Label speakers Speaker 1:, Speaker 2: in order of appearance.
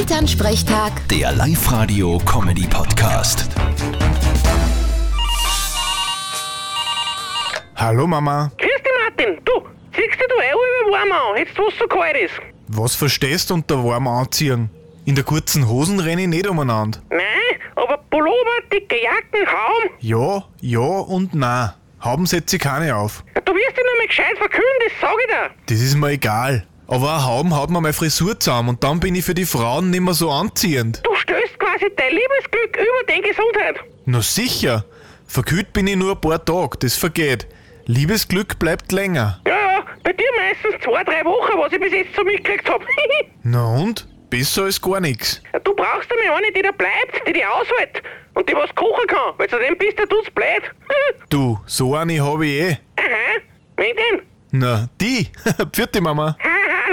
Speaker 1: Elternsprechtag,
Speaker 2: Der Live-Radio-Comedy-Podcast.
Speaker 3: Hallo Mama,
Speaker 4: Grüß dich, Martin. Du, ziehst dich du eh über warm an, jetzt wo es so kalt ist.
Speaker 3: was verstehst du unter warm anziehen? In der kurzen Hosen renn ich nicht umeinander.
Speaker 4: Nein, aber Pullover, dicke Jacken, Raum.
Speaker 3: Ja, ja und nein. Haben setze ich keine auf.
Speaker 4: Du wirst dich noch mal gescheit verkühlen, das sag ich dir.
Speaker 3: Das ist mir egal. Aber ein Hauben haut mir meine Frisur zusammen und dann bin ich für die Frauen nicht mehr so anziehend.
Speaker 4: Du stößt quasi dein Liebesglück über deine Gesundheit.
Speaker 3: Na sicher. Verkühlt bin ich nur ein paar Tage, das vergeht. Liebesglück bleibt länger.
Speaker 4: Ja, ja, bei dir meistens zwei, drei Wochen, was ich bis jetzt so mitgekriegt hab.
Speaker 3: Na und? Besser als gar nichts.
Speaker 4: du brauchst einmal eine, die da bleibt, die dich aushält und die was kochen kann, weil zudem bist ja du's blöd.
Speaker 3: Du, so eine habe ich eh.
Speaker 4: Aha, wen denn?
Speaker 3: Na, die. Pfiat Mama.
Speaker 4: Haha,